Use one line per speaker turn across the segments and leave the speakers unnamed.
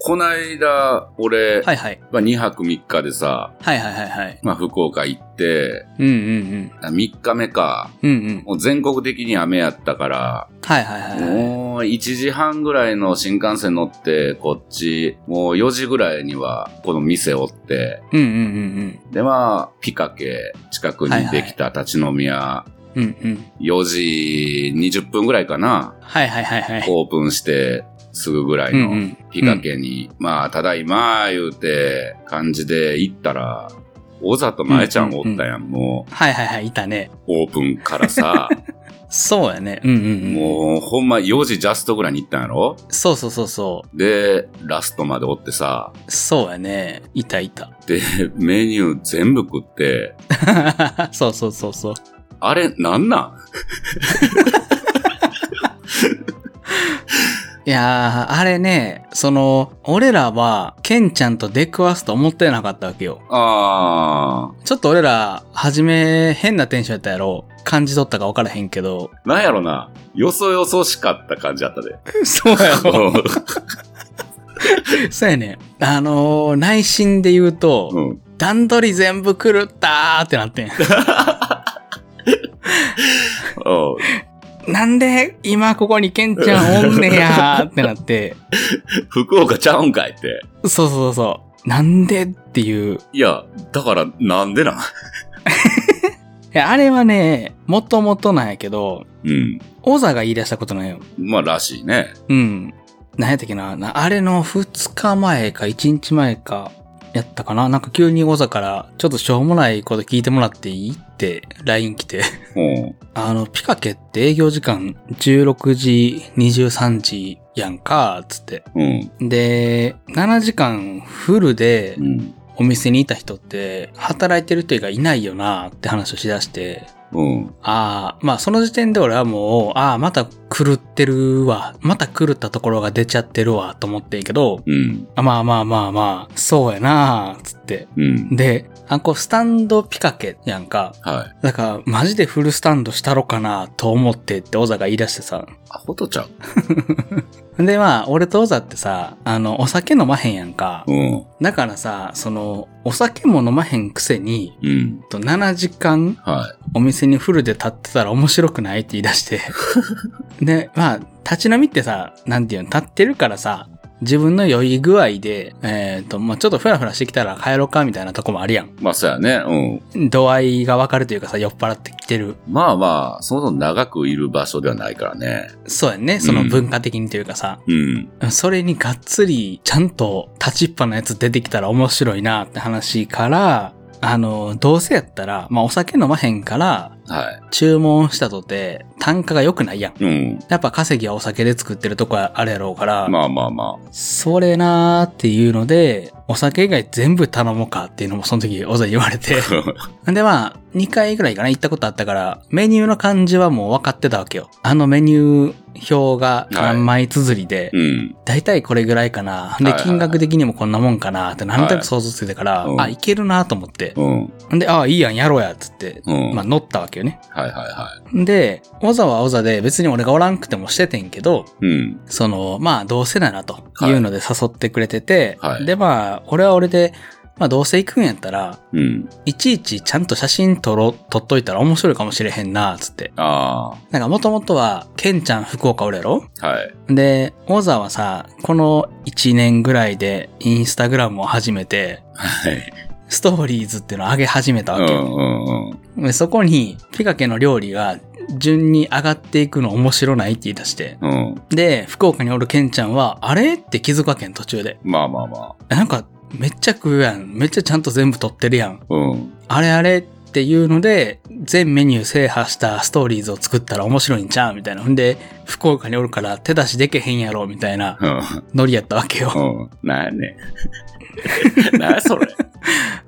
こないだ、俺、
はいはい。
まあ、2泊3日でさ、
はいはいはいはい。
まあ、福岡行って、
うんうん
あ3日目か。
うん。うんうん。
もう全国的に雨やったから、
はいはいはいはい。
もう1時半ぐらいの新幹線乗って、こっち、もう4時ぐらいにはこの店おって、
うんうんうん
で、まあ、ピカケ近くにできた立ち飲み屋、
うん。うんうん。
4時20分ぐらいかな、
はいはいはいはい。
オープンしてすぐぐらい
うんう
の
ん。
ピカケに、まあ、ただいま、言うて、感じで行ったら、小里前ちゃんおったやん、も
はいはいはい、いたね。
う、オープンからさ、
そうやね。うんうんう ん。
もう、ほんま4時ジャストぐらいに行ったんやろ
そうそうそうそ
で、ラストまでおってさ、
う。そうやね。いたいた。
で、メニュー全部食って、
そうそうそうそう。
あれ、なんなん
いやー、あれね、その、俺らは、ケンちゃんと出くわすと思ってなかったわけよ。
あ
ちょっと俺ら、はじめ、変なテンションやったやろ。感じ取ったか分からへんけ ど。
ー、なんやろな、よそよそしかった感じやったで。
そうやろ。そうやね。あのー、内心で言うと、
うん、
段取り全部狂ったーってなってん。
うん
なんで、今ここにケンちゃんおんねやーってなって。
福岡ちゃうんかいって。
そうそうそう。なんでっていう。
いや、だからなんでなん
いや、あれはね、もともとなんやけど、
うん。
オザが言い出したことなんよ。
まあ、らしいね。
うん。何やったっけななあれの2日前か1日前かやったかななんか急にオザから、ちょっとしょうもないこと聞いてもらっていいって LINE 来て。
うん。
あの、ピカケって営業時間16時、23時やんか、つって。
うん。
で、7時間フルで
うん。
お店にいた人って、働いてる人がいないよなって話をしだして、
うん。
ああ、まあその時点で俺はもう、ああ、また狂ってるわ。また狂ったところが出ちゃってるわ、と思ってんけど、
うん。
あまあまあまあまあ、そうやなあつって。
うん。
で、あ、こうスタンドピカケやんか。
はい。
だから、マジでフルスタンドしたろかなと思ってって小ザが言い出してさ。
アホとちゃう。
で、まあ、俺と小ザってさ、あの、お酒飲まへんやんか。
うん。
だからさ、その、お酒も飲まへんくせに、
うん。
と7時間
は
お店にフルで立ってたら面白くないって言い出 して。で、まあ、立ち飲みってさ、なんていうの、立ってるからさ、自分の酔い具合で、えっ、と、まあ、ちょっとフラフラしてきたら帰ろうかみたいなとこもあるやん。
い。まあ、そうやね。うん。
度合いがわかるというかさ、酔っ払ってきてる。
まあまあ、そもそも長くいる場所ではないからね。
そうやんね、その文化的にというかさ、
うん。
それにがっつり、ちゃんと立ちっぱなやつ出てきたら面白いなって話から、あの、どうせやったら、まあ、お酒飲まへんから、
は
注文したとて、単価が良くないやん。
い。うん。
やっぱ稼ぎはお酒で作ってるとこあるやろうから、
まあまあま
それなーっていうので、お酒以外全部頼もうかっていうのもその時小沢言わ れて。
あ。
でまあ、2回ぐらいかな行ったことあったから、メニューの感じはもう分かってたわけよ。あのメニュー表が何枚綴りで、
うん。
だいたいこれぐらいか
は
な。で
い、はい
金額的にもこんなもんかなってなんとな
はい
く想像ついてから、
うん
あ、いけるなと思って。
うん。
で、ああ、いいやん、やろうや、つって。
うん。
まあ、乗ったわけよね。
はいはいは
で、小沢は小沢で別に俺がおらんくてもしててんけど、
い。うん。
その、まあ、どうせならというので誘ってくれてて、
はい
で、まあ、俺は俺で、まあ、どうせ行くんやったら、
うん。
いちいちちゃんと写真撮ろ、撮っといたら面白いかもしれへんな、つって。
あ
なんか、もともとは、ケンちゃん福岡おるやろ
あ。 はい。
で、大沢はさ、この1年ぐらいで、インスタグラムを始めて、
はい。
ストーリーズっていうのを上げ始めた
うん
わけ。
うんうん。
でそこに、ピカケの料理が、順に上がっていくの面白ないって言い出して。
うん。
で、福岡におるケンちゃんは、あれって気づくわけん、途中で。
まあまあまあ。
なんか、めっちゃ食うやん。めっちゃちゃんと全部撮ってるやん。
うん。
あれあれっていうので、全メニュー制覇したストーリーズを作ったら面白いんちゃうみたいな。ほんで、福岡におるから手出しでけへんやろみたいな
うん。
ノリやったわけよ。
うん。なんやねん。なんやそれ。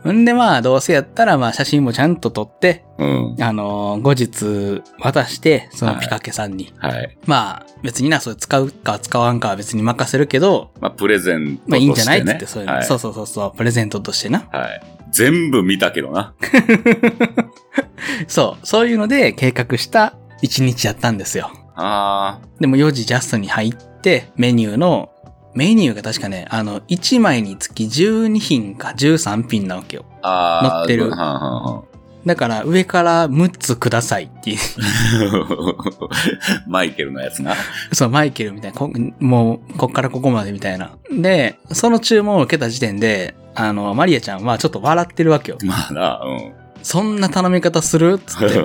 ほんでまあ、どうせやったらまあ写真もちゃんと撮って、
うん。
あのー後日渡して、そのピカケさんに。
はい。
まあ、別にな、それ使うか使わんかは別に任せるけど、
まあ、プレゼントとして、ね。
まあいいんじゃないっつって、そういうの、
はい、
そうそうそうそう、プレゼントとしてな。
はい。全部見たけどな。
そう、そういうので計画した一日やったんですよ。
あ
でも4時ジャストに入って、メニューのメニューが確かね、あの、1枚につき12品か13品なわけよ。
ああ。
乗ってる
はんはんはん
だから、上から6つくださいっていう。
マイケルのやつな。
そう、マイケルみたいな、こもう、こっからここまでみたいな。で、その注文を受けた時点で、あの、マリアちゃんはちょっと笑ってるわけよ。
まあな、うん。
そんな頼み方するつ って。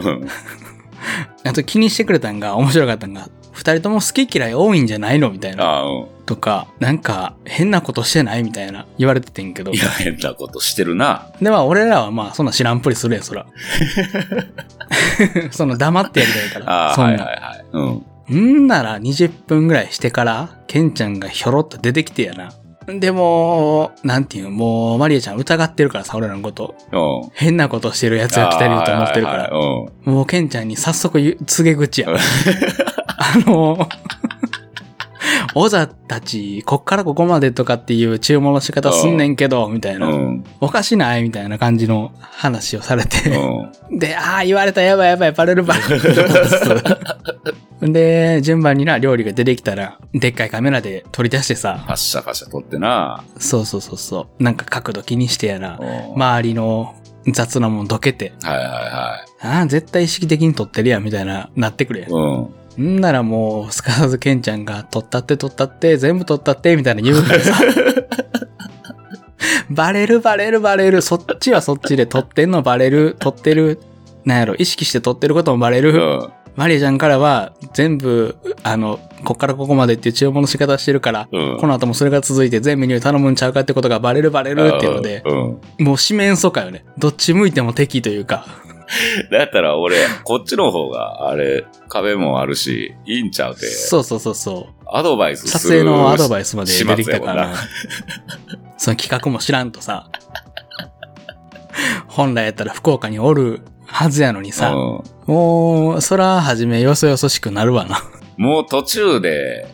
あと気にしてくれたんが、面白かったんが、二人とも好き嫌い多いんじゃないのみたいな。
ああ、うん。
とか、なんか、変なことしてないみたいな、言われててんけど
い。や、変なことしてるな。
で、まあ、俺らはまあ、そんな知らんぷりするやん、そ ら。 その、黙ってやりたいか
あ
ら。
あ、
そんな。
はいはいはい。うん。
んなら20分ぐらいしてから、ケンちゃんがひょろっと出てきてやな。でも、なんていう、もう、マリアちゃん疑ってるからさ、俺らのこと。
うん。
変なことしてるやつが来てると思ってるか
ああ
ら。
はいはいはい
もう、ケンちゃんに早速言う告げ 口や。あの、オザたち、こっからここまでとかっていう注文の仕方すんねんけど、みたいな。
うん。
おかしないみたいな感じの話をされ
う
て。
ん。うん。
で、ああ、言われた、やばいやばい、バレるば。で、順番にな、料理が出てきたら、でっかいカメラで取り出してさ、
パッシャパシャ撮ってな。
そうそうそうそう、なんか角度気にしてやら
う、ん。
周りの雑なもんどけて、
はいはいはい。
ああ、絶対意識的に撮ってるやん、みたいな、なってくれ。
うん。
んならもう、すかさずケンちゃんが、撮ったって撮ったって、全部撮ったって、みたいな言うからさ。バレるバレるバレる、そっちはそっちで撮ってんのバレる、撮ってる、なんやろ、意識して撮ってることもバレる。
うん。
マリアちゃんからは、全部、あの、こっからここまでっていう注文の仕方してるから、
うん。
この後もそれが続いて全メニュー頼むんちゃうかってことがバレるバレるっていうので、
うん。
もう四面楚歌よね。どっち向いても敵というか。
だったら俺、こっちの方が、あれ、壁もあるし、いいんちゃうて、
そうそうそうそう。
アドバイスする。
撮影のアドバ
イ
イスまで出てきたから
始、
その企画も知らんとさ、本来やったら福岡におるはずやのに
う
さ、
ん。
もう、そらはじめよそよそしくなるわな。
もう途中で、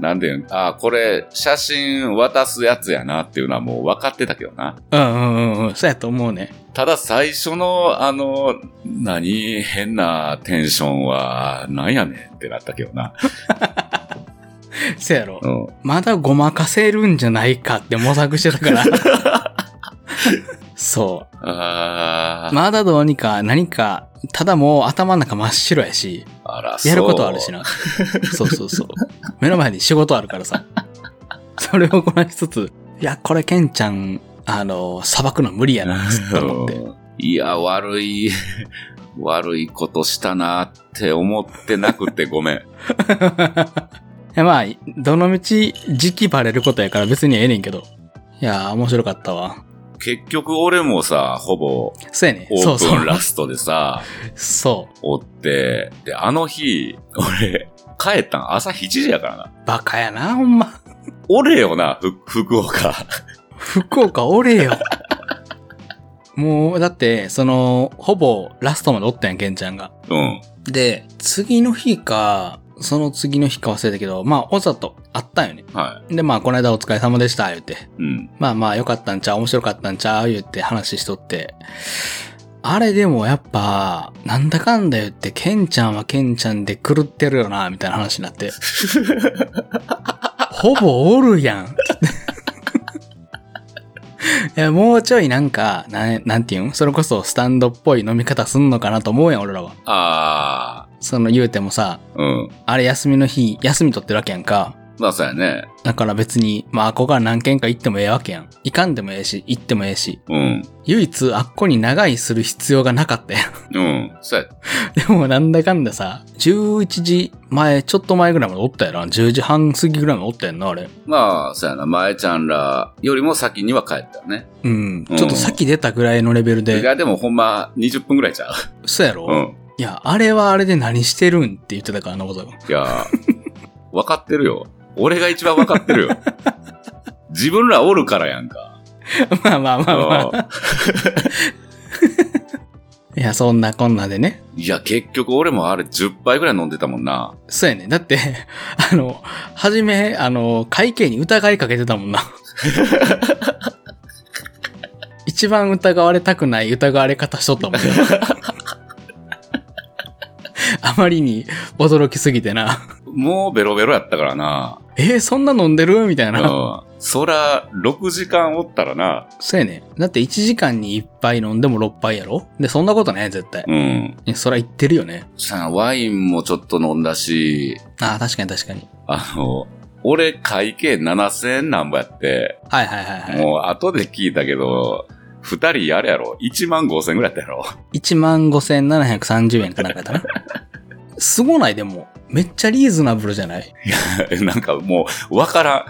なんでいうあ、これ、写真渡すやつやなっていうのはもう分かってたけどな。
うんうんうんうん、そうやと思うね。
ただ最初の、あの、何、変なテンションは、なんやねんってなったけどな。
そやろ
う。ん。
まだごまかせるんじゃないかって模索して たから。そ
あー、
う。まだどうにか何か、ただもう頭の中真っ白やし、
あら、そう
やることあるし。な。そうそうそう。目の前に仕事あるからさ。それをこなしつつ、いや、これケンちゃん、あの、裁くの無理やな、と思って。
いや、悪い、 悪いことしたなって思ってなくてごめん。
いやまあ、どのみち時期バレることやから別にええねんけど。いやー、面白かったわ。
結局俺もさ、ほぼ
そうやね
オ。
そ
ー
うそ
プン
う。
ラストでさ、
そ
おって、で、あの日、俺、帰ったん朝7時やからな
う。。バカやな、ほんま。
おれよな、ふ福岡。
福岡おれよ。もう、だって、その、ほぼラストまでおったやん、ケンちゃんが。
うん。
で、次の日か、その次の日か忘れたけど、まあ、おざとあったんよね。
は
で、まあ、この間お疲れ様でした、言うて。
い。うん。
まあまあ、良かったんちゃう面白かったんちゃう言うて話しとって。あれでもやっぱ、なんだかんだ言って、ケンちゃんはケンちゃんで狂ってるよな、みたいな話になって。ほぼおるやん。 いや、もうちょいなんか、なん、なんていうんそれこそスタンドっぽい飲み方すんのかなと思うやん、俺らは。
あ
その言うてもさ、
ー、うん。
あれ休みの日、休み取ってるわけやんか。
まあそうやね。
だから別に、まあ、あこが何軒か行ってもええわけやん。行かんでもええし、行ってもええし。
うん。
唯一、あっこに長居する必要がなかったやん。
うん。そうや。
でも、なんだかんださ、11時前、ちょっと前ぐらいまでおったやろ。10時半過ぎぐらいまでおったやんな、あれ。
まあ、そうやな。前ちゃんらよりも先には帰ったよね。
うん。
うん
ちょっとさっき出たぐらいのレベル
い
で、
や、でもほんま20分ぐらいちゃう。
そうやろ、
うん。
いや、あれはあれで何してるん って言ってたから、あのことが。
いや、分かってるよ。俺が一番分かってるよ。自分らおるからやんか。
まあまあまあまあ。
うん
いや、そんなこんなでね。
いや、結局俺もあれ10杯ぐらい飲んでたもんな。
そうやね。だって、 あの、はじめ、あの、会計に疑いかけてたもんな。 一番疑われたくない 疑われ方しとったもんね。あまりに驚きすぎてな。
もうベロベロやったからな。
えー、そんな飲んでるみたいな。
うん。そら、6時間おったらな、
そうやね。だって1時間に1杯飲んでも6杯やろで、そんなことない、絶対。
うん。
いやそら言ってるよね。
そしたらワインもちょっと飲んだし、
ああ、確かに確かに。
あの、俺会計7000円なんぼやって、
はいはいはいは
もう後で聞いたけど、二人あれやろ ?1 万5000円ぐらいやったやろ
い。15,730円かなんかだな。すごないでも。めっちゃリーズナブルじゃない
なんかもう、わから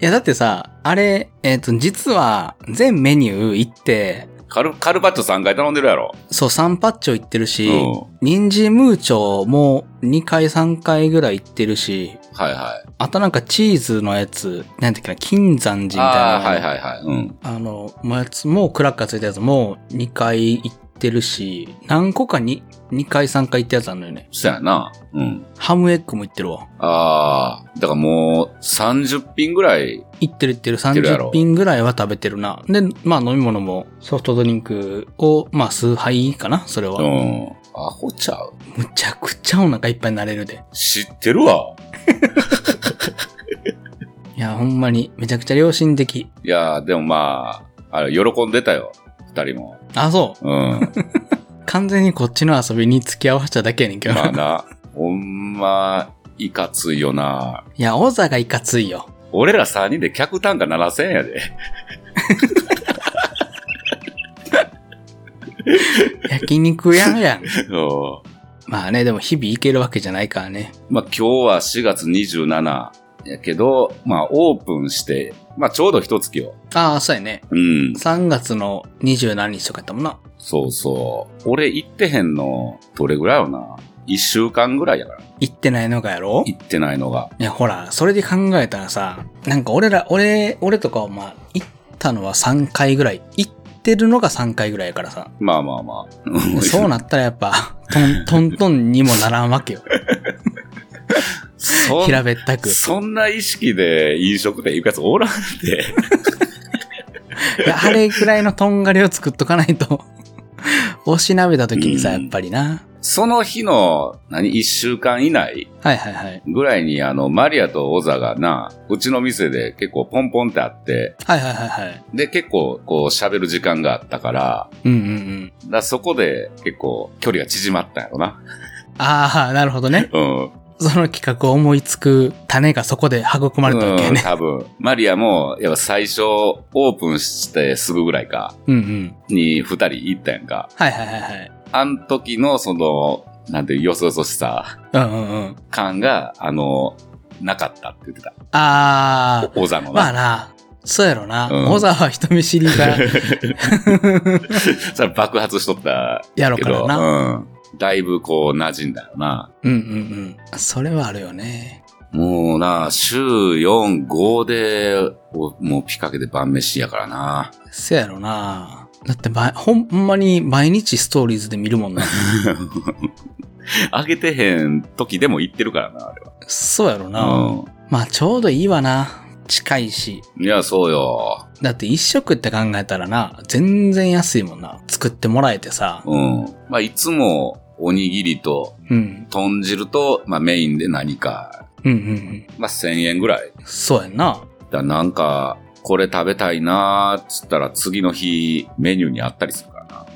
いや、だってさ、あれ、えっ、と、実は、全メニュー行って、
ん。カル、カルパッチョ3回頼んでるやろ
そう、サンパッチョ行ってる
う
し、
ん。
人参ムーチョも2回3回ぐらい行ってるし、
はいはい。
あとなんかチーズのやつ、なんていうかな、金山寺みたいな
ああ
の
ー、はいはいはい。うん。
あの、もうやつも、クラッカーついたやつも2回行ってるし、何個かに2回3回行ったやつあるのよね。
そやな。うん。
ハムエッグも行ってるわ。
ああ、だからもう、30品ぐらい、
行ってる行ってる
ってるやろ
30品ぐらいは食べてるな。で、まあ飲み物もソフトドリンクを、まあ数杯かなそれは。
うん。アホちゃう
むちゃくちゃお腹いっぱいになれるで。
知ってるわ。
いや、ほんまにめちゃくちゃ良心的。
いやー、でもまあ、あれ、喜んでたよ。二人も。
あ、そう。
うん。
完全にこっちの遊びに付き合わせただけやねんけど。
まあ
い
な、ほんま、いかついよな。
や、王座がいかついよ。
俺ら三人で客単価7000円やで。
焼肉屋 や
う
ん。
ん
まあね、でも日々行けるわけじゃないからね。
まあ今日は4月27やけど、まあオープンして、まあちょうど一月よ。
ああ、そうやね。
うん。
3月の27日とかやったもんな。
そうそう。俺行ってへんの、どれぐらいよな。一週間ぐらいやから。
行ってないのかやろい
行ってないのが。
や、ほら、それで考えたらさ、なんか俺ら、俺、俺とかはまあ、行ったのは3回ぐらい。行ってるのが3回ぐらいやからさ。
まあまあまあ。
そうなったらやっぱ、トン、トントンにもならんわけよ。
そん
平べったく。い
そんな意識で飲食店行くやつおらんで。
や、あれぐらいのとんがりを作っとかないと、おしなべた時にさ、
う
や
ん
っぱりな。
その日の、何、一週間以内
はいはいはい。
ぐらいに、あの、マリアとオザがな、うちの店で結構ポンポンってあって、
はいはいはいはい。
で、結構、こう、喋る時間があったから、
うんうんうん。
だからそこで結構距離が縮まったんやろな。
ああ、なるほどね。
うん。
その企画を思いつく種がそこで育まれたわけや
うん、
ね。
多分。マリアも、やっぱ最初、オープンしてすぐぐらいか、
うんうん。
に二人行ったやんか。
はいはいはいはい。
あん時の、その、なんていう、よそよそしさ、
うんうんうん。
感が、あの、なかったって言ってた。
あ
王座のな。
ー、まあな、そうやろな。
うん
小、沢、は人見知りが
それ爆発しとった
やろ
け
から
ど、
な。
うん。だいぶこう馴染んだよな。
うんうんうん。それはあるよね。
もうな、週4、5で、おもうピカケで晩飯やからな。
そうやろな。だってば、ほんほんまに毎日ストーリーズで見るもんな。
あげてへん時でも行ってるからな、あれは。
そうやろな。まあちょうどいいわな。近いし。
うん。いや、そうよ。
だって一食って考えたらな、全然安いもんな。作ってもらえてさ。
うん。まあ、いつも、おにぎりと、
うん。
豚汁と、まあ、メインで何か、
うんうん
まあ、1000円ぐらい。
うん。そうやんな。
だなんか、これ食べたいなーっつったら次の日メニューにあったりするからな。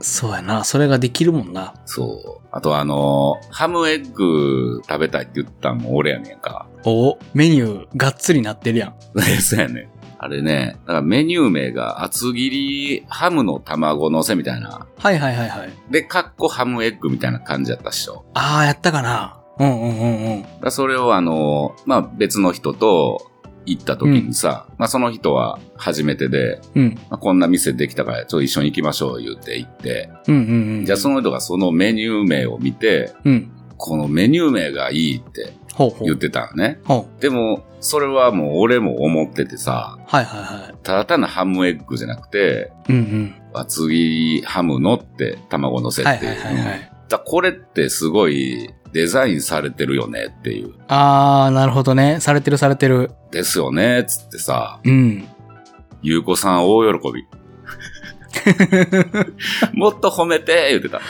そうやな。それができるもんな。
そう。あとあのーハムエッグ食べたいって言ったんも俺やねんか。
おメニューがっつりなってるやん。
そうやねん。あれね、だからメニュー名が厚切りハムの卵乗せみたいな。
はいはいはいはい。
で、かっこハムエッグみたいな感じやったっしょ。
ああ、やったかな。うんうんうんうん。
だからそれをあのーまあ、別の人と行った時にさ、まあ、その人は初めてで、
うん。
まあ、こんな店できたからちょっと一緒に行きましょう言って行って、
うんうんうん。
じゃあその人がそのメニュー名を見て、
うん。
このメニュー名がいいって
ほうほ
言っ
う。
てたのね。
ほう。
でも、それはもう俺も思っててさ、
はいはいは
ただ単なハムエッグじゃなくて、
い。うんうん。
厚切りハムのって卵乗せ
はい
って。
はいいうはいはい。
だこれってすごいデザインされてるよねっていう。
ああ、なるほどね。されてるされてる。
ですよね、つってさ、
うん。
ゆうこさん大喜 び。もっと褒めて言ってた。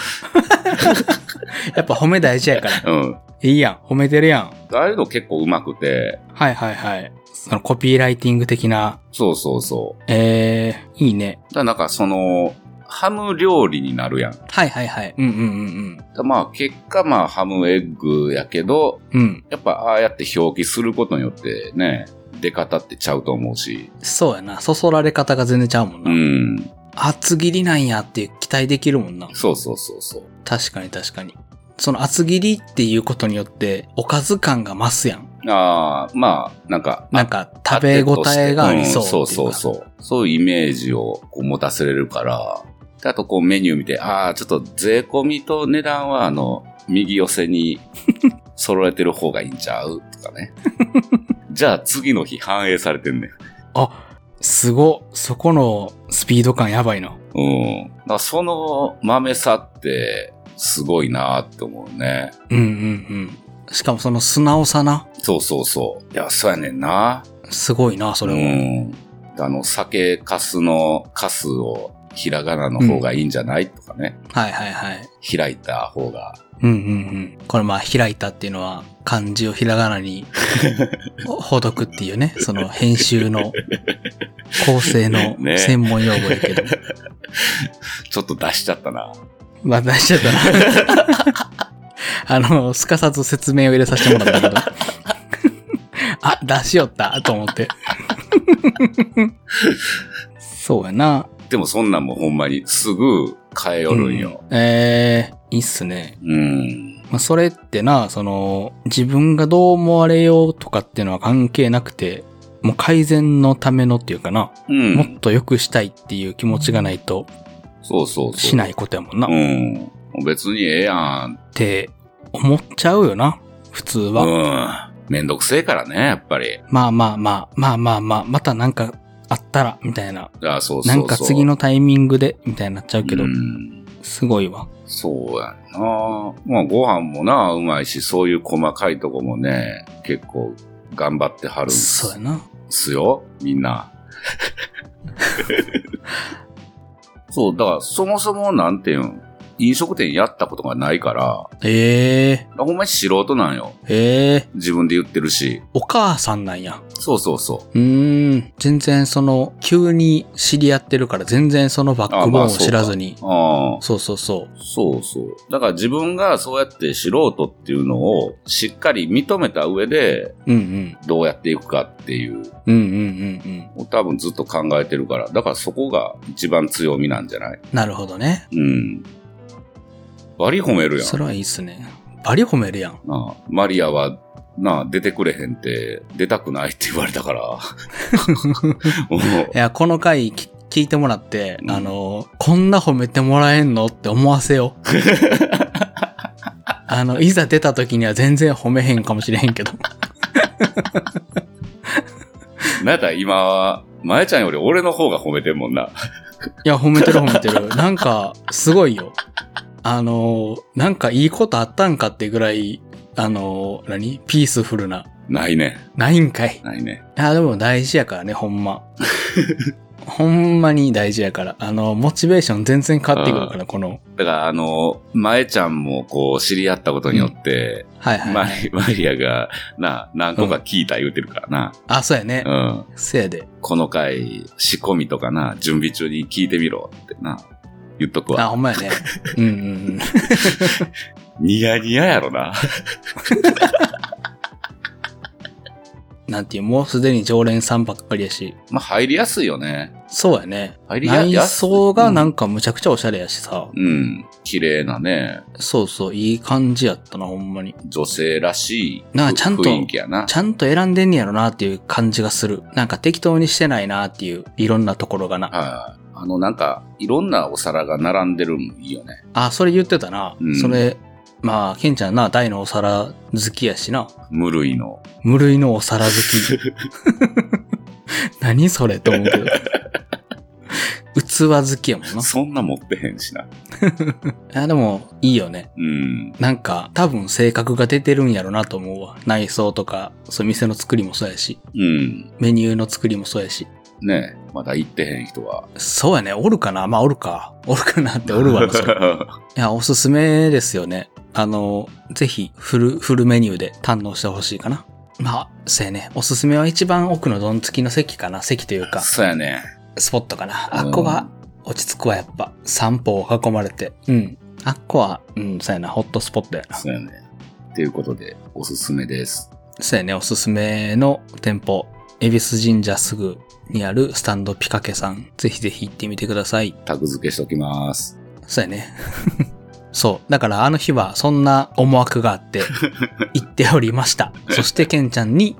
やっぱ褒め大事やから。
うん。
いいやん。褒めてるやん。
ああいうの結構うまくて、
はいはいはい。そのコピーライティング的な。
そうそうそう。
えー、いいね。
だからなんかその、ハム料理になるやん。
はいはいはい。うんうんうん
だまあ結果まあハムエッグやけど、
うん。うん。
やっぱああやって表記することによってね、出方ってちゃうと思うし。
そうやな。そそられ方が全然ちゃうもん
う
な。
ん。
厚切りなんやって期待できるもんな。
そうそうそうそう。
確かに確かに。その厚切りっていうことによって、おかず感が増すやん。
ああ、まあ、なんか、
なんか、食べ応えがありそう
うんそうそう
う。
そう。そういうイメージをこう持たせれるから。であとこうメニュー見て、ああ、ちょっと税込みと値段はあの、右寄せに 揃えてる方がいいんちゃうとかね。 じゃあ次の日反映されてんねん。
すごっ。そこのスピード感やばいな。
うん。だからその豆さって、すごいなって思うね。
うんうんうん。しかもその素直さな。
そうそうそう。いや、そうやねんな。
すごいな、それ
う
も。
ん。あの、酒かすのかすをひらがなの方がいいんじゃない、とかね。
はいはいはい。
開いた方が。
うんうんうん。これまあ、開いたっていうのは、漢字をひらが なに、ほどくっていうね、その編集の、構成の
ね
専門用語やけど。
ちょっと出しちゃったな。
まあ、出しちゃったな。あの、すかさず説明を入れさせてもらったけど。あ、出しよった、と思って。そうやな。
でもそんなんもほんまにすぐ変えよるんよ。
うんえー、いいっすね。
うん。
まあ、それってな、その、自分がどう思われようとかっていうのは関係なくて、もう改善のためのっていうかな、
うん。
もっと良くしたいっていう気持ちがないと
そうそうそう。。
しないいことやもんな、
う
っ
ん。もう別にええやん。
て思っちゃうよな、普通は。
うん。めんどくせえからね、やっぱり。
まあまあまあ、まあまあまあ、またなんかあったら、みたいな。
あそうそう
な
そう。
んか次のタイミングで、みたいになっちゃうけど
う、ん。
すごいわ。
そうやんな。まあご飯もな、うまいし、そういう細かいとこもね、結構頑張ってはるんです
そうやな。
すよ、みんな。そう、だからそもそもなんていうん、飲食店やったことがないから、
ええ
ほんまに素人なんよ。
ええ
自分で言ってるし。
お母さんなんや。
そうそうそう
ーん。全然その、急に知り合ってるから、全然そのバックボーンを知らずに。
う。ああ、
そうそうそう。
そうそう。だから自分がそうやって素人っていうのをしっかり認めた上で、
うんうん。
どうやっていくかっていう、
うんうんうんうん。
多分ずっと考えてるから、だからそこが一番強みなんじゃない
なるほどね。
うん。バリ褒めるやん。
それはいいっすね。バリ褒めるやん。
なあマリアは、なあ、出てくれへんって、出たくないって言われた から。も
いや、この回き聞いてもらって、
うん
あの、こんな褒めてもらえんのって思わせよ う。あの、いざ出た時には全然褒めへんかもしれへんけど。
うなんやったら今は、まえちゃんより俺の方が褒めてんもんな。
いや、褒めてる褒め てる。なんか、すごいよ。あの、なんかいいことあったんかってぐらい、あの、何ピースフルな。
ないね。
ないんかい。
ないね。
あ、でも大事やからね、ほ んま。ほんまに大事やから。あの、モチベーション全然変わってくるから、この。
だから、あの、まえちゃんもこう、知り合ったことによって、
はいはい
マ
はい。
リマリアが、なあ、何個か聞いた言うてるからな。
あ、そうやね
う。ん。
せやで。
この回、仕込みとかな、準備中に聞いてみろってな、言っとく
あ、
わ。
ほんま やね。うんうんうん。
ニヤニヤやろな。
なんていう、もうすでに常連さんばっかりやし。
まあ、入りやすいよね。
そうやね。
入りや
内
やすい。
装がなんかむちゃくちゃおしゃれやしさ。
うん。綺麗なね、
そうそう、いい感じやったな、ほんまに。
女性らしい
なあ
ふ
ちゃんと
雰囲気やな
ち。ゃんと選んでんねやろなっていう感じがする。なんか適当にしてないなっていう、いろんなところがな。
はい。あの、なんか、いろんなお皿が並んでるのいいよね。
あ、それ言ってたな。
うん
それ、まあ、ケンちゃんな、大のお皿好きやしな。
無類の。
無類のお皿 好き。何それって思うけど。器好きやもんな。
そんな持ってへんしな。
いや、でも、いいよね。
うん。
なんか、多分性格が出てるんやろなと思うわ。内装とか、そう、店の作りもそうやし、
うん。
メニューの作りもそうやし。
ねえまだ行ってへん人は。
そう やね、おるかなまあ、おるか。おるかなっておるわな、それい
は
や、おすすめですよね。あの、ぜひフル、フルメニューで堪能してほしいかな。まあ、そうやね。おすすめは一番奥のどんつきの席かな。席というか、
そうやね。
スポットかな。
う
あ
ん
っこが落ち着くわ、やっぱ。散歩を囲まれて。うん。あっこは、うん、そうやな。ホットスポットやな。
そうやね。ということで、おすすめです。
そうやね、おすすめの店舗、恵比寿神社すぐにあるスタンドピカケさん。ぜひぜひ行ってみてください。
タグ付けしときます。
そうやね。 そう。だからあの日はそんな思惑があって、行っておりました。そしてケンちゃんに、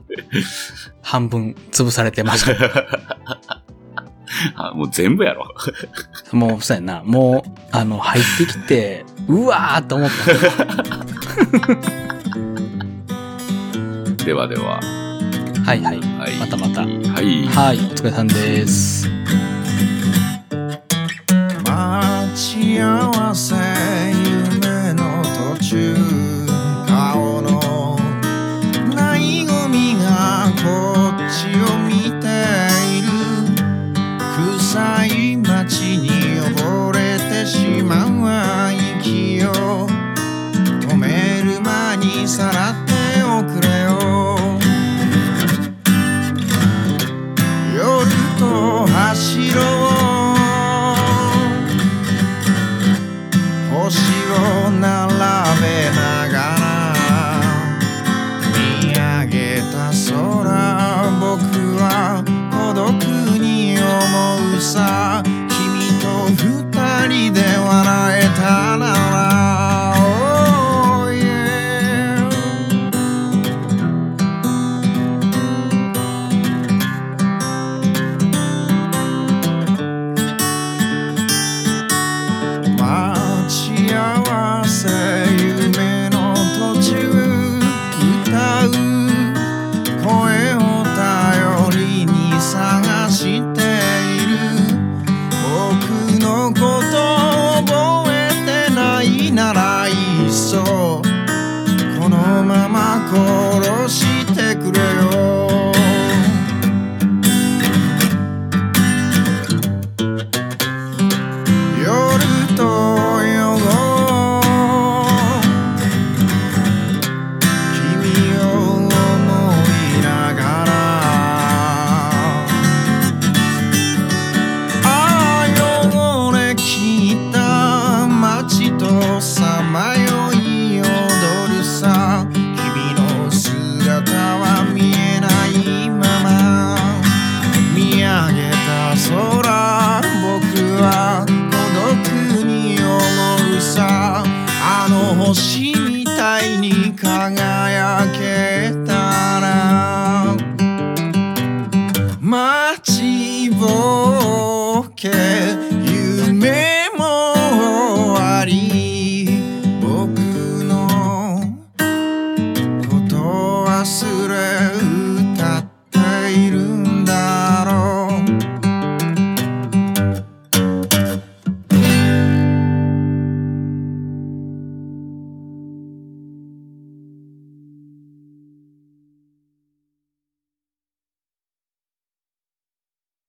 半分潰されてました。
あ、もう全部やろ。
もう、そうやな。もう、あの、入ってきて、うわーと思った。
ではでは。
はいはい。
はい。
またまた
はい。
はい、お疲れさんです。
待ち合わせ夢の途中顔のないゴミがこっちを見ている臭い街に溺れてしまう息を止める間にさらっておくれよ夜と走ろう星を並べながら見上げた空僕は孤独に思うさ君と二人で笑えたなら Oh, yeah. 待ち合わせ夢の途中歌う声を頼りに探している僕のことを覚えてないならいっそこのまま殺してくれよ夜と夜を君を思いながらああ汚れきった街とさまよい踊るさ君の姿は見えないまま見上げた空僕は孤独に思うさあの星みたいに輝けたら待ちぼうけ